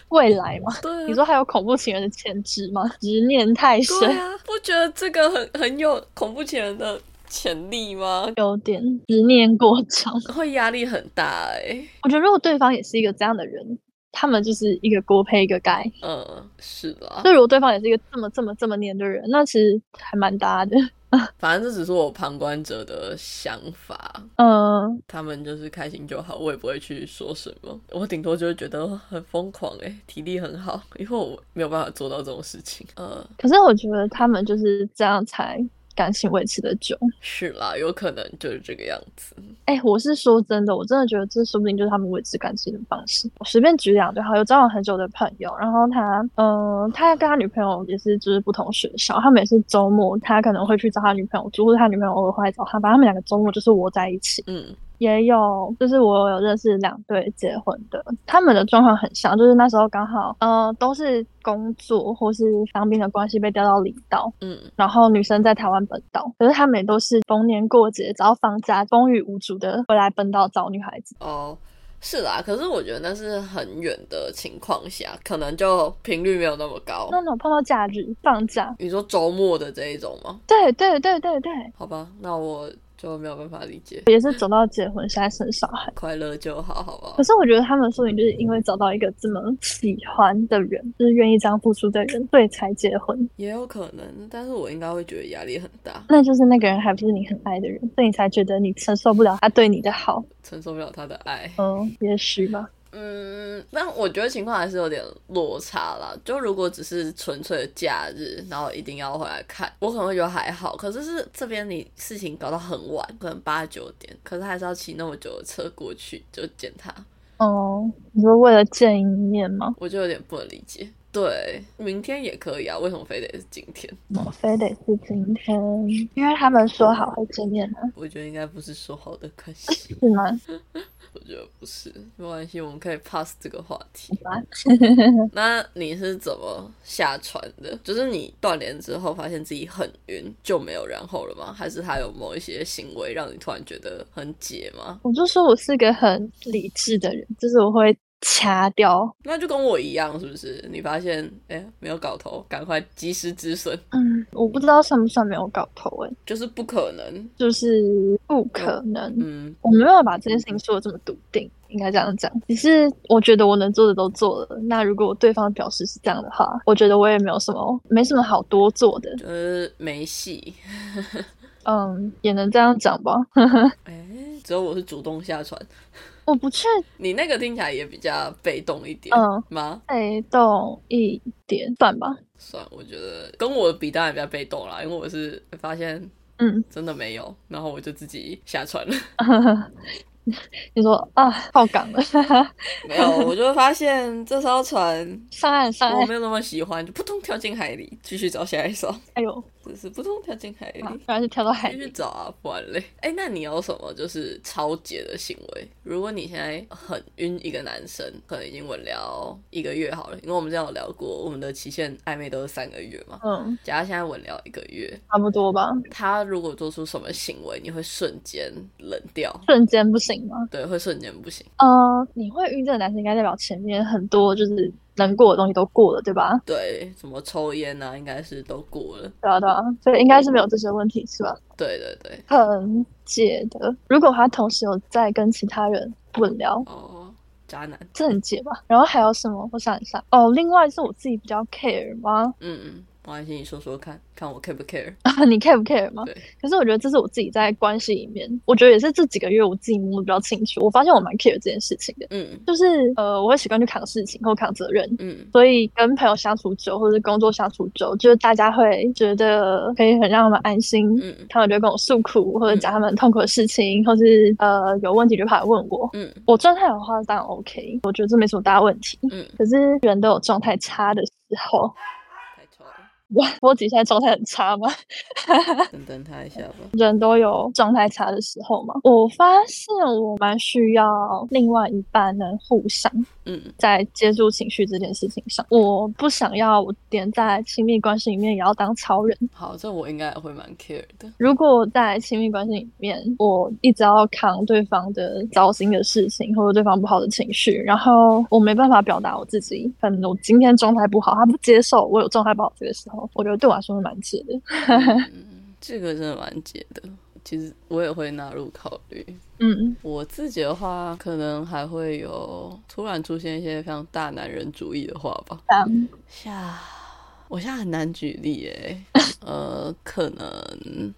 Speaker 2: 未来嘛，
Speaker 1: 对啊，
Speaker 2: 你说还有恐怖情人的潜质吗？执念太深，
Speaker 1: 对啊，不觉得这个很很有恐怖情人的潜力吗？
Speaker 2: 有点执念过长。
Speaker 1: 会压力很大哎、
Speaker 2: 我觉得如果对方也是一个这样的人，他们就是一个锅配一个盖。
Speaker 1: 嗯，是啦
Speaker 2: 就，如果对方也是一个这么这么这么黏的人，那其实还蛮搭的。
Speaker 1: 反正这只是我旁观者的想法，
Speaker 2: 嗯，
Speaker 1: 他们就是开心就好，我也不会去说什么，我顶多就会觉得很疯狂哎、体力很好，因为我没有办法做到这种事情。呃，
Speaker 2: 可是我觉得他们就是这样才感情维持的久。
Speaker 1: 是啦，有可能就是这个样子。
Speaker 2: 哎、我是说真的，我真的觉得这说不定就是他们维持感情的方式。我随便举两对，好，有交往很久的朋友，然后他，嗯、他跟他女朋友也是就是不同学校，他们也是周末，他可能会去找他女朋友住，或者他女朋友偶尔会来找他，反正他们两个周末就是窝在一起。
Speaker 1: 嗯，
Speaker 2: 也有，就是我有认识两对结婚的，他们的状况很像，就是那时候刚好，呃，都是工作或是当兵的关系被调到离岛，
Speaker 1: 嗯，
Speaker 2: 然后女生在台湾本岛，可是他们也都是逢年过节，只要放假，风雨无阻的回来本岛找女孩子。
Speaker 1: 哦。是啦，可是我觉得那是很远的情况下，可能就频率没有那么高。
Speaker 2: 那种碰到假日放假，
Speaker 1: 你说周末的这一种吗？
Speaker 2: 对对对对对，
Speaker 1: 好吧，那我就没有办法理解。
Speaker 2: 也是走到结婚，现在生小孩。
Speaker 1: 快乐就好，好吧
Speaker 2: 可？是我觉得他们说不定就是因为找到一个这么喜欢的人，就是愿意这样付出的人，所以才结婚。
Speaker 1: 也有可能，但是我应该会觉得压力很大，
Speaker 2: 那就是那个人还不是你很爱的人，所以你才觉得你承受不了他对你的好。
Speaker 1: 承受不了他的爱。
Speaker 2: 嗯，也许吧。
Speaker 1: 嗯，但我觉得情况还是有点落差啦。就如果只是纯粹的假日，然后一定要回来看，我可能会觉得还好。可是是这边你事情搞到很晚，可能八九点，可是还是要骑那么久的车过去就见他，
Speaker 2: 哦，你说为了见一面吗？
Speaker 1: 我就有点不能理解。对，明天也可以啊，为什么非得是今天？
Speaker 2: 我非得是今天，因为他们说好会见面的、
Speaker 1: 我觉得应该不是说好的开 心。
Speaker 2: 是吗？
Speaker 1: 我觉得不是，没关系，我们可以 pass 这个话题。
Speaker 2: 吧
Speaker 1: 那你是怎么下船的？就是你断联之后发现自己很晕，就没有然后了吗？还是他有某一些行为让你突然觉得很解吗？
Speaker 2: 我就说我是个很理智的人，就是我会掐掉。
Speaker 1: 那就跟我一样，是不是？你发现哎、没有搞头，赶快及时止损，
Speaker 2: 嗯，我不知道算不算没有搞头诶、
Speaker 1: 就是不可能。
Speaker 2: 就是不可能，
Speaker 1: 嗯，
Speaker 2: 我没有办法把这件事情说的这么笃定，应该这样讲。只是我觉得我能做的都做了，那如果对方表示是这样的话，我觉得我也没有什么，没什么好多做的。
Speaker 1: 就是没戏。
Speaker 2: 嗯，也能这样讲吧。
Speaker 1: 哎、只有我是主动下船，
Speaker 2: 我不确
Speaker 1: 你那个听起来也比较被动一点，
Speaker 2: 嗯
Speaker 1: 吗？
Speaker 2: 被动一点，算吧。
Speaker 1: 算，我觉得跟我比当然比较被动啦，因为我是发现
Speaker 2: 嗯，
Speaker 1: 真的没有，然后我就自己下船了。
Speaker 2: 你说啊，爆港了，
Speaker 1: 没有，我就发现这艘船
Speaker 2: 上岸 上
Speaker 1: 我
Speaker 2: 岸，
Speaker 1: 没有那么喜欢，就扑通跳进海里，继续找下一艘，
Speaker 2: 哎呦，
Speaker 1: 只是扑通跳进海
Speaker 2: 啊
Speaker 1: 里。
Speaker 2: 居然是跳到海
Speaker 1: 继续
Speaker 2: 里。
Speaker 1: 找啊，不然嘞。哎、那你有什么就是超解的行为？如果你现在很晕一个男生，可能已经稳聊一个月好了，因为我们之前有聊过，我们的期限暧昧都是三个月嘛。
Speaker 2: 嗯，
Speaker 1: 假如现在稳聊一个月，
Speaker 2: 差不多吧，
Speaker 1: 他如果做出什么行为，你会瞬间冷掉，
Speaker 2: 瞬间不行吗？
Speaker 1: 对，会瞬间不行，
Speaker 2: 呃，你会遇这个男生，应该代表前面很多就是能过的东西都过了，对吧？
Speaker 1: 对，什么抽烟啊，应该是都过了，
Speaker 2: 对啊，对啊，所以应该是没有这些问题，是吧？
Speaker 1: 对对对，
Speaker 2: 很解的。如果他同时有在跟其他人混聊，
Speaker 1: 哦，渣男，
Speaker 2: 这很解吧？然后还有什么？我想一下。哦，另外是我自己比较 care 吗？
Speaker 1: 嗯嗯，没关系，你说说看看我 care 不 care，
Speaker 2: 你 care 不 care 吗
Speaker 1: 对？
Speaker 2: 可是我觉得这是我自己在关系里面，我觉得也是这几个月我自己摸得比较清楚。我发现我蛮 care 这件事情的，
Speaker 1: 嗯
Speaker 2: 就是呃，我会习惯去扛事情或扛责任。
Speaker 1: 嗯，
Speaker 2: 所以跟朋友相处久，或者是工作相处久，就是大家会觉得可以很让他们安心，
Speaker 1: 嗯
Speaker 2: 他们就会跟我诉苦，或者讲他们很痛苦的事情，或是呃有问题就跑来问我。
Speaker 1: 嗯
Speaker 2: 我状态的话当然 OK，我觉得这没什么大问题。
Speaker 1: 嗯，
Speaker 2: 可是人都有状态差的时候，
Speaker 1: 太丑了，
Speaker 2: 哇，我自己现在状态很差吗？
Speaker 1: 等等他一下吧。
Speaker 2: 人都有状态差的时候嘛。我发现我蛮需要另外一半能互相
Speaker 1: 嗯，
Speaker 2: 在接住情绪这件事情上，我不想要我连在亲密关系里面也要当超人。
Speaker 1: 好，这我应该也会蛮 care 的。
Speaker 2: 如果我在亲密关系里面，我一直要扛对方的糟心的事情或者对方不好的情绪，然后我没办法表达我自己，可能我今天状态不好，他不接受我有状态不好这个时候，我觉得对我来说是蛮解的。
Speaker 1: 嗯这个真的蛮解的，其实我也会纳入考虑。
Speaker 2: 嗯，
Speaker 1: 我自己的话，可能还会有突然出现一些非常大男人主义的话吧。
Speaker 2: 嗯
Speaker 1: 下，我现在很难举例 诶、呃，可能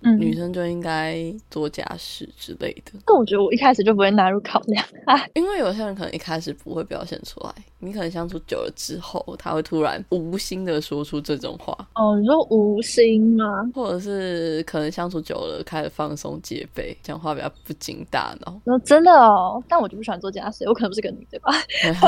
Speaker 2: 嗯
Speaker 1: 女生就应该做家事之类的，
Speaker 2: 但我觉得我一开始就不会纳入考量。
Speaker 1: 因为有些人可能一开始不会表现出来，你可能相处久了之后，他会突然无心的说出这种话，
Speaker 2: 哦，你说无心吗？
Speaker 1: 或者是可能相处久了开始放松戒备，讲话比较不经大脑。
Speaker 2: 那真的哦，但我就不喜欢做家事，我可能不是个女的吧。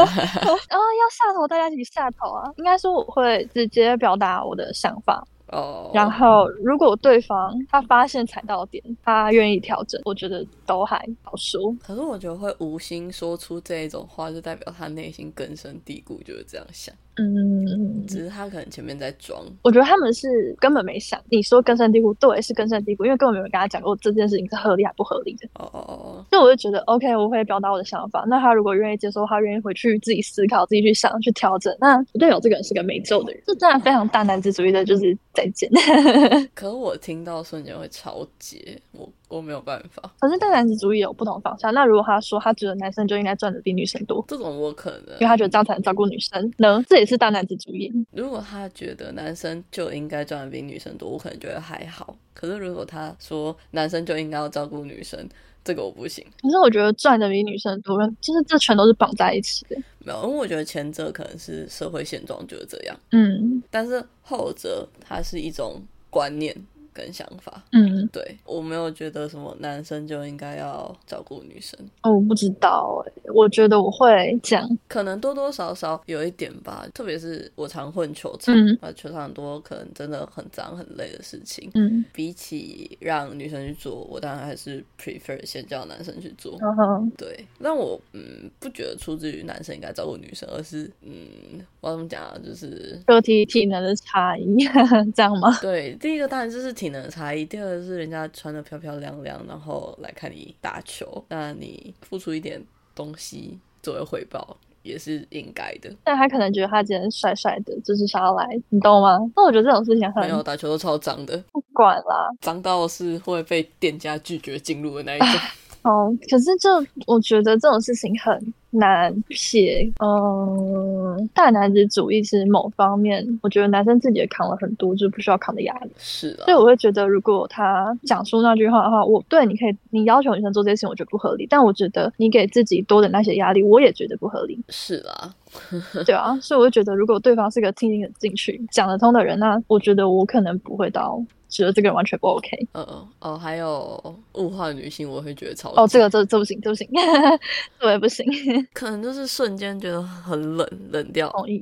Speaker 2: 然后要下头，大家一起下头啊！应该说我会直接表达我的想法，
Speaker 1: 哦，
Speaker 2: 然后如果对方他发现踩到点，他愿意调整，我觉得都还好说。
Speaker 1: 可是我觉得会无心说出这一种话，就代表他内心根深蒂固就是这样想，
Speaker 2: 嗯，
Speaker 1: 只是他可能前面在装。
Speaker 2: 我觉得他们是根本没想。你说根深蒂固，对，是根深蒂固，因为根本没有人跟他讲过这件事情是合理还不合理的。
Speaker 1: 哦哦哦，
Speaker 2: 所以我就觉得，OK，我会表达我的想法。那他如果愿意接受，他愿意回去自己思考、自己去想、去调整。那我队友这个人是个没救的人，啊这真的非常大男子主义的，就是再见。
Speaker 1: 哦可是我听到瞬间会超级，我我没有办法，
Speaker 2: 可是大男子主义有不同方向。那如果他说他觉得男生就应该赚的比女生多，
Speaker 1: 这种我可
Speaker 2: 因为
Speaker 1: 能，
Speaker 2: 他觉得这样才能照顾女生，呢，这也是大男子主义。
Speaker 1: 如果他觉得男生就应该赚的比女生多，我可能觉得还好。可是如果他说男生就应该要照顾女生，这个我不行。
Speaker 2: 可是我觉得赚的比女生多，就是这全都是绑在一起的。
Speaker 1: 没有，因为我觉得前者可能是社会现状就是这样，
Speaker 2: 嗯
Speaker 1: 但是后者它是一种观念跟想法。
Speaker 2: 嗯，
Speaker 1: 对我没有觉得什么男生就应该要照顾女生，
Speaker 2: 哦我不知道、欸，我觉得我会这样。
Speaker 1: 可能多多少少有一点吧。特别是我常混球场
Speaker 2: 嗯，
Speaker 1: 啊、球场很多可能真的很脏很累的事情，
Speaker 2: 嗯，
Speaker 1: 比起让女生去做，我当然还是 prefer 先叫男生去做。
Speaker 2: 然后
Speaker 1: 对，但我嗯不觉得出自于男生应该照顾女生，而是嗯我要怎么讲啊，就是
Speaker 2: 个体体能的差异， 这样吗？
Speaker 1: 对，第一个当然就是体能的差异，第二个是人家穿的漂漂亮亮，然后来看你打球，那你付出一点东西作为回报也是应该的。
Speaker 2: 但他可能觉得他今天帅帅的，就是想要来，你懂吗？那我觉得这种事情
Speaker 1: 没有
Speaker 2: 很
Speaker 1: 打球都超脏的，
Speaker 2: 不管啦。
Speaker 1: 脏到是会被店家拒绝进入的 那一种。
Speaker 2: 哦，可是就我觉得这种事情很难撇。嗯，大男子主义是某方面，我觉得男生自己也扛了很多，就是不需要扛的压力。
Speaker 1: 是
Speaker 2: 所以
Speaker 1: 啊，
Speaker 2: 我会觉得，如果他讲出那句话的话，我对你可以，你要求女生做这些事情，我觉得不合理。但我觉得你给自己多的那些压力，我也觉得不合理，
Speaker 1: 是啦，
Speaker 2: 对啊。所以我就觉得，如果对方是个听得进去、讲得通的人，那我觉得我可能不会到觉得这个人完全不 OK。
Speaker 1: 呃哦，还有物化女性，我会觉得超
Speaker 2: 哦，
Speaker 1: 级
Speaker 2: 这个这这不行，这不行， 这我也不行，
Speaker 1: 可能就是瞬间觉得很冷，冷掉，
Speaker 2: 同意。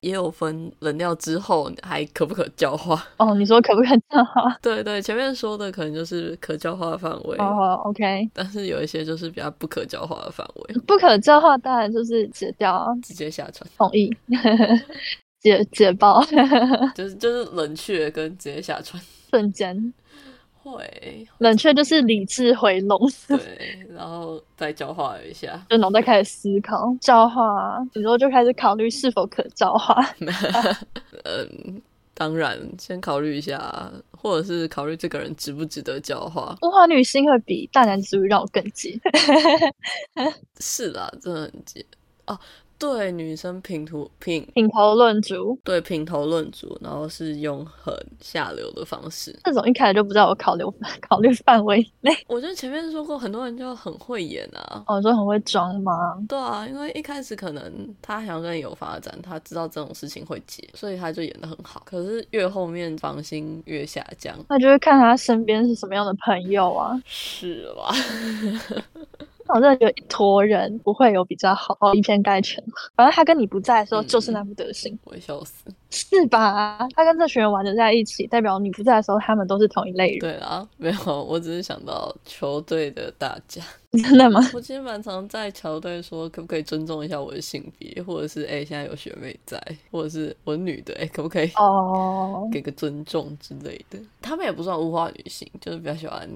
Speaker 1: 也有分冷掉之后还可不可教化。
Speaker 2: 哦，你说可不可以这样啊？
Speaker 1: 对对，前面说的可能就是可教化的范围。
Speaker 2: 哦，OK，
Speaker 1: 但是有一些就是比较不可教化的范围，
Speaker 2: 不可教化当然就是解掉啊，
Speaker 1: 直接下船，
Speaker 2: 同意，解解包，
Speaker 1: 就是就是冷却跟直接下船，
Speaker 2: 瞬间
Speaker 1: 会
Speaker 2: 冷却就是理智回笼。
Speaker 1: 对，然后再教化一下，
Speaker 2: 就脑袋开始思考教化，比如说就开始考虑是否可教 化。
Speaker 1: 嗯。当然，先考虑一下，或者是考虑这个人值不值得教化。
Speaker 2: 物化女性会比大男子主义让我更急。
Speaker 1: 是啦，真的很解哦。对，女生品图品
Speaker 2: 品头论足
Speaker 1: 对品头论足，然后是用很下流的方式。
Speaker 2: 这种一开始就不在我考虑 考虑范围内。
Speaker 1: 我觉得前面说过，很多人就很会演啊，
Speaker 2: 哦，你说很会装吗？
Speaker 1: 对啊，因为一开始可能他想跟你有发展，他知道这种事情会结，所以他就演得很好。可是越后面防心越下降，
Speaker 2: 那就是看他身边是什么样的朋友啊。
Speaker 1: 是吧？
Speaker 2: 我真的觉得一坨人不会有比较好，以偏概全。反正他跟你不在的时候
Speaker 1: 嗯
Speaker 2: 就是那副德行，
Speaker 1: 我会笑死。
Speaker 2: 是吧？他跟这群人玩的在一起，代表你不在的时候，他们都是同一类人，
Speaker 1: 对啦，没有，我只是想到球队的大家。
Speaker 2: 真的吗？
Speaker 1: 我其实蛮常在球队说，可不可以尊重一下我的性别，或者是哎、现在有学妹在，或者是我女的，哎、可不可以
Speaker 2: 哦，
Speaker 1: 给个尊重之类的？他们也不算物化女性，就是比较喜欢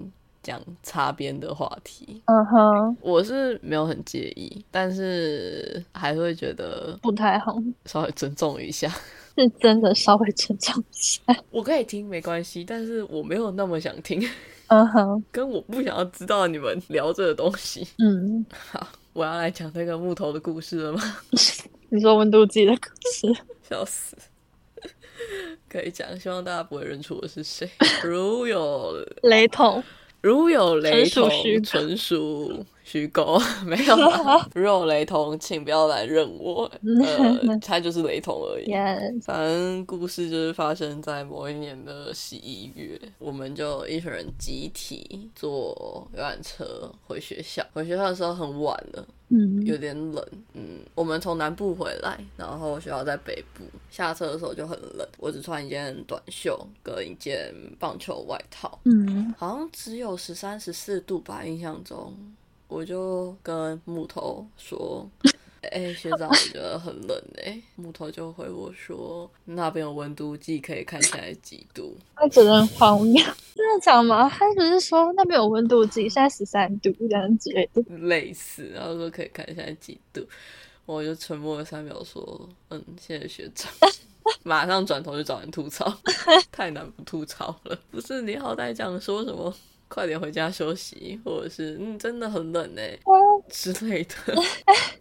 Speaker 1: 讲擦边的话题。
Speaker 2: 嗯哼，
Speaker 1: 我是没有很介意，但是还是会觉得
Speaker 2: 不太好，
Speaker 1: 稍微尊重一下。
Speaker 2: 是真的稍微成长一下。
Speaker 1: 我可以听没关系，但是我没有那么想听，
Speaker 2: 嗯哼，
Speaker 1: 跟我不想要知道你们聊这个东西。
Speaker 2: 嗯，
Speaker 1: 我要来讲那个木头的故事了吗？
Speaker 2: 你说温度计的故事，
Speaker 1: 笑死！ 可以讲，希望大家不会认出我是 谁。如有
Speaker 2: 雷同，
Speaker 1: 如有雷同
Speaker 2: 纯属虚，构
Speaker 1: 纯属虚构， 没有啦。如有雷同，请不要来认我。呃，他就是雷同而已。
Speaker 2: 耶、
Speaker 1: 反正故事就是发生在某一年的十一月，我们就一群人集体坐游览车回学校。回学校的时候很晚了，有
Speaker 2: 嗯，
Speaker 1: 点冷，嗯，我们从南部回来，然后学校在北部，下车的时候就很冷，我只穿一件短袖跟一件棒球外套，
Speaker 2: 嗯，
Speaker 1: 好像只有十三、十四度吧，印象中，我就跟木头说。哎、学长，我觉得很冷哎、木头就回我说，那边有温度计，可以看起来几度。
Speaker 2: 他只能荒谬，真的讲吗？他只是说那边有温度计，现在十三度这样之类的。
Speaker 1: 类似，然后说可以看一下几度，我就沉默了三秒，说：“嗯，谢谢学 长。”马上转头就找人吐槽，太难不吐槽了。不是你好歹讲说什么，快点回家休息，或者是嗯，真的很冷哎、之类 的。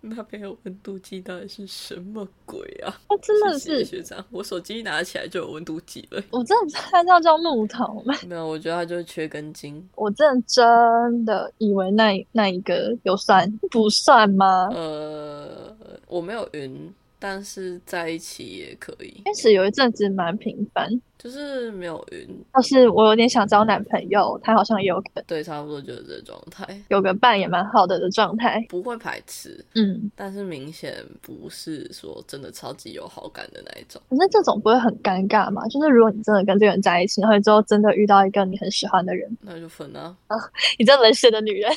Speaker 1: 那边有温度计到底是什么鬼啊？
Speaker 2: 他真的
Speaker 1: 谢谢
Speaker 2: 是，
Speaker 1: 学长，我手机一拿起来就有温度计了。
Speaker 2: 我真的他叫叫木头，
Speaker 1: 没有，我觉得他就是缺根筋。
Speaker 2: 我真的真的以为那那一个有算不算吗？
Speaker 1: 呃，我没有晕，但是在一起也可以。
Speaker 2: 开始有一阵子蛮频繁，
Speaker 1: 就是没有晕，
Speaker 2: 要是我有点想交男朋友，他好像也有个
Speaker 1: 对，差不多就是这状态，
Speaker 2: 有个伴也蛮好的的状态。
Speaker 1: 不会排斥，
Speaker 2: 嗯，
Speaker 1: 但是明显不是说真的超级有好感的那一种。
Speaker 2: 可是这种不会很尴尬吗？就是如果你真的跟这个人在一起，然后你之后真的遇到一个你很喜欢的人，
Speaker 1: 那就分啊，
Speaker 2: 你这冷血的女人，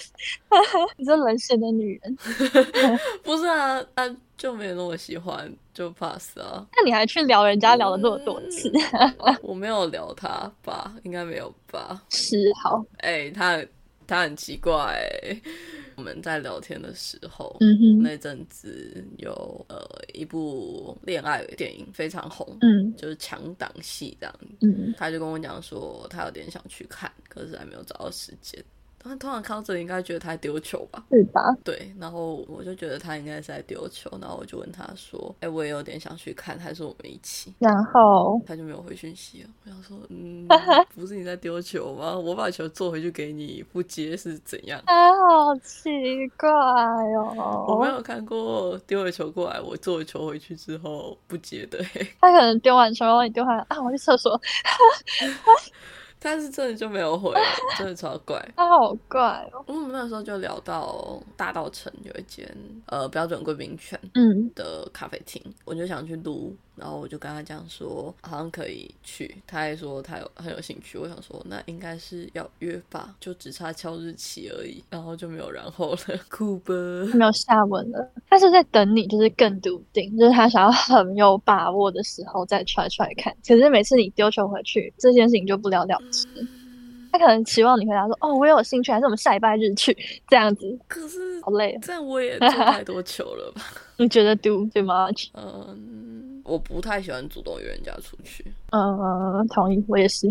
Speaker 2: 你这冷血的女人，
Speaker 1: 不是啊，啊就没有那么喜欢，就 pass 啊。
Speaker 2: 那你还去聊人家聊了那么多次？
Speaker 1: 我没有聊他吧，应该没有吧？
Speaker 2: 是好，
Speaker 1: 哎、他他很奇怪、哎我们在聊天的时候，
Speaker 2: 嗯哼，
Speaker 1: 那阵子有呃一部恋爱电影非常红，
Speaker 2: 嗯
Speaker 1: 就是强档戏这样
Speaker 2: 嗯，
Speaker 1: 他就跟我讲说他有点想去看，可是还没有找到时间。他通常看到这里应该觉得他在丢球吧？
Speaker 2: 是吧？
Speaker 1: 对，然后我就觉得他应该是在丢球，然后我就问他说：“哎、我也有点想去看，还是我们一起
Speaker 2: 然后？”
Speaker 1: 他就没有回讯息了。我想说，嗯，不是你在丢球吗？我把球做回去给你，不接是怎样？
Speaker 2: 啊， 好奇怪
Speaker 1: 我没
Speaker 2: 哦！
Speaker 1: 有看过丢了球过来，我做了球回去之后不接的、 嘿
Speaker 2: 他可能丢完球，然后你丢完啊，我去厕所，
Speaker 1: 但是真的就没有回，真的超怪。
Speaker 2: 他好怪哦。
Speaker 1: 因为我们那时候就聊到大道城有一间呃标准贵宾犬
Speaker 2: 嗯
Speaker 1: 的咖啡厅，我就想去撸，然后我就跟他讲说好像可以去，他还说他有很有兴趣，我想说那应该是要约吧，就只差敲日期而已，然后就没有然后了，酷吧？
Speaker 2: 没有下文了，他是在等你，就是更笃定，就是他想要很有把握的时候再踹踹看。可是每次你丢球回去，这件事情就不了了之。
Speaker 1: 嗯
Speaker 2: 他可能期望你回答说：“哦，我有兴趣，还是我们下礼拜日去？”这样子
Speaker 1: 可是
Speaker 2: 好累哦，
Speaker 1: 这样我也做太多球了吧？
Speaker 2: 你觉得 do too much？
Speaker 1: 嗯，我不太喜欢主动约人家出去，
Speaker 2: 嗯，同意，我也是。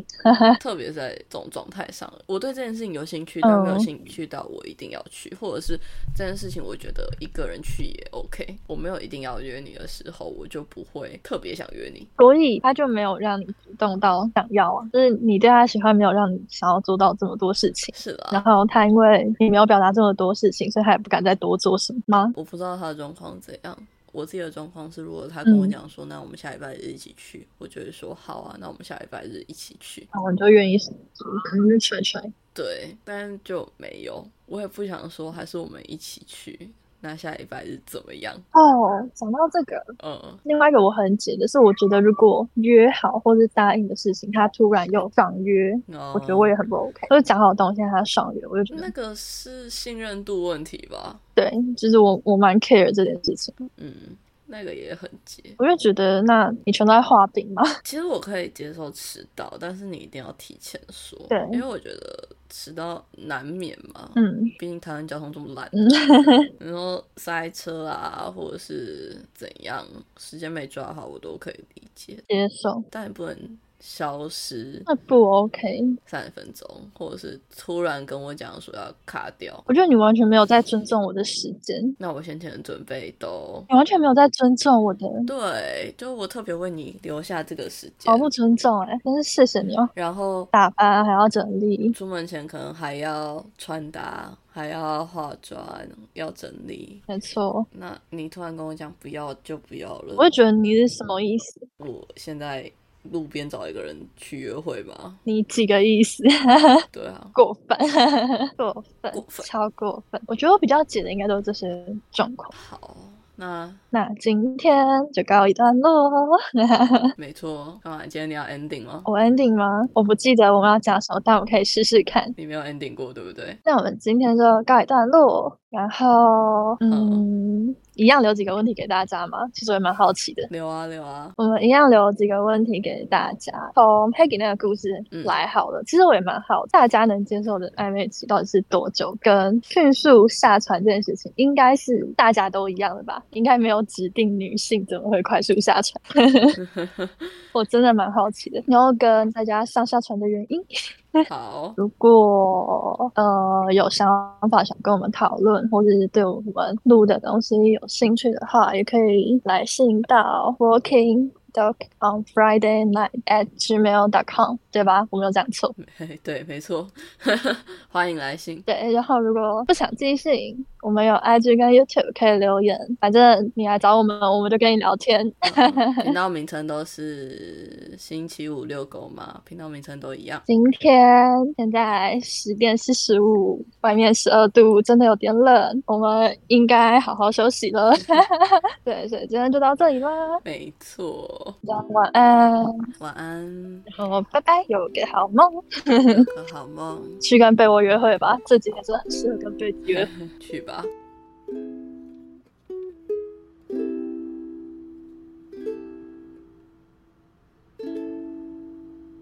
Speaker 1: 特别在这种状态上，我对这件事情有兴趣，但
Speaker 2: 嗯
Speaker 1: 没有兴趣到我一定要去，或者是这件事情我觉得一个人去也 OK。我没有一定要约你的时候，我就不会特别想约你。
Speaker 2: 所以他就没有让你主动到想要啊，就是你对他喜欢没有让你想要做到这么多事情，
Speaker 1: 是
Speaker 2: 然
Speaker 1: 啦，
Speaker 2: 后他因为你没有表达这么多事情，所以他也不敢再多做什么吗？
Speaker 1: 我不知道他的状况怎样。我自己的状况是，如果他跟我
Speaker 2: 嗯
Speaker 1: 讲说，那我们下礼拜日一起去，我就会说好啊，那我们下礼拜日一起去。
Speaker 2: 然后你就愿意，可能就甩甩。
Speaker 1: 对，但就没有，我也不想说，还是我们一起去。那下礼拜日怎么样？
Speaker 2: 哦，讲到这个，
Speaker 1: 嗯，
Speaker 2: 另外一个我很解的是，我觉得如果约好或是答应的事情，他突然又爽约，我
Speaker 1: 哦
Speaker 2: 觉得我也很不 OK。就是讲好的东西，他爽约，我就觉
Speaker 1: 那
Speaker 2: 得
Speaker 1: 个是信任度问题吧？
Speaker 2: 对，就是我我蛮 care 这件事情。
Speaker 1: 嗯，那个也很急。
Speaker 2: 我就觉得，那你全都在画饼嘛？
Speaker 1: 其实我可以接受迟到，但是你一定要提前说，
Speaker 2: 对
Speaker 1: 因为我觉得迟到难免嘛。
Speaker 2: 嗯，
Speaker 1: 毕竟台湾交通这么烂，
Speaker 2: 嗯
Speaker 1: 然后塞车啊，或者是怎样，时间没抓好，我都可以理解，
Speaker 2: 接受
Speaker 1: 但也不能消失
Speaker 2: 那不 OK。
Speaker 1: 三十分钟，或者是突然跟我讲说要卡掉，
Speaker 2: 我觉得你完全没有在尊重我的时间，
Speaker 1: 那我先前的准备都
Speaker 2: 你完全没有在尊重我的，
Speaker 1: 对，就我特别为你留下这个时间
Speaker 2: 毫，不尊重哎、真是谢谢你哦。
Speaker 1: 然后
Speaker 2: 打扮还要整理，
Speaker 1: 出门前可能还要穿搭，还要化妆，要整理。
Speaker 2: 没错。
Speaker 1: 那你突然跟我讲不要就不要了，
Speaker 2: 我会觉得你是什么意思？
Speaker 1: 我现在路边找一个人去约会吗？
Speaker 2: 你几个意思？
Speaker 1: 对啊，
Speaker 2: 过分，过分，
Speaker 1: 过分
Speaker 2: 超过分。我觉得我比较解的应该都是这些状况。
Speaker 1: 好，那
Speaker 2: 那今天就告一段落。哦哎
Speaker 1: 没错。干嘛？今天你要 ending 吗？
Speaker 2: 我 ending 吗？我不记得我们要讲什么，但我可以试试看。
Speaker 1: 你没有 ending 过，对不对？
Speaker 2: 那我们今天就告一段落，然后嗯，一样留几个问题给大家嘛，其实我也蛮好奇的。
Speaker 1: 留啊留啊，
Speaker 2: 我们一样留几个问题给大家，从 Peggy 那个故事
Speaker 1: 嗯
Speaker 2: 来好了。其实我也蛮好，大家能接受的暧昧期到底是多久？跟迅速下船这件事情，应该是大家都一样的吧？应该没有指定女性怎么会快速下船。 我真的蛮好奇的，然后跟大家上下船的原因。
Speaker 1: 好，
Speaker 2: 如果呃有想法想跟我们讨论，或者是对我们录的东西有兴趣的话，也可以来信到 Working Dog on Friday Night at gmail dot com，对吧？我没有讲错。
Speaker 1: 嘿对，没错， 欢迎来 信。
Speaker 2: 对，然后如果不想寄信，我们有 IG 跟 YouTube 可以留言，反正你来找我们，我们就跟你聊天。
Speaker 1: 频道名称都是星期五遛狗嘛，频道名称都一样。
Speaker 2: 今天现在十点四十五，外面十二度，真的有点冷，我们应该好好休息了。 对，所以今天就到这里啦，
Speaker 1: 没错，
Speaker 2: 大家晚安，然
Speaker 1: 晚安，
Speaker 2: 后拜拜，有个好梦，
Speaker 1: 有个好梦，
Speaker 2: 去跟被窝约会吧，这几天真的很适合跟被子约会。
Speaker 1: 去吧。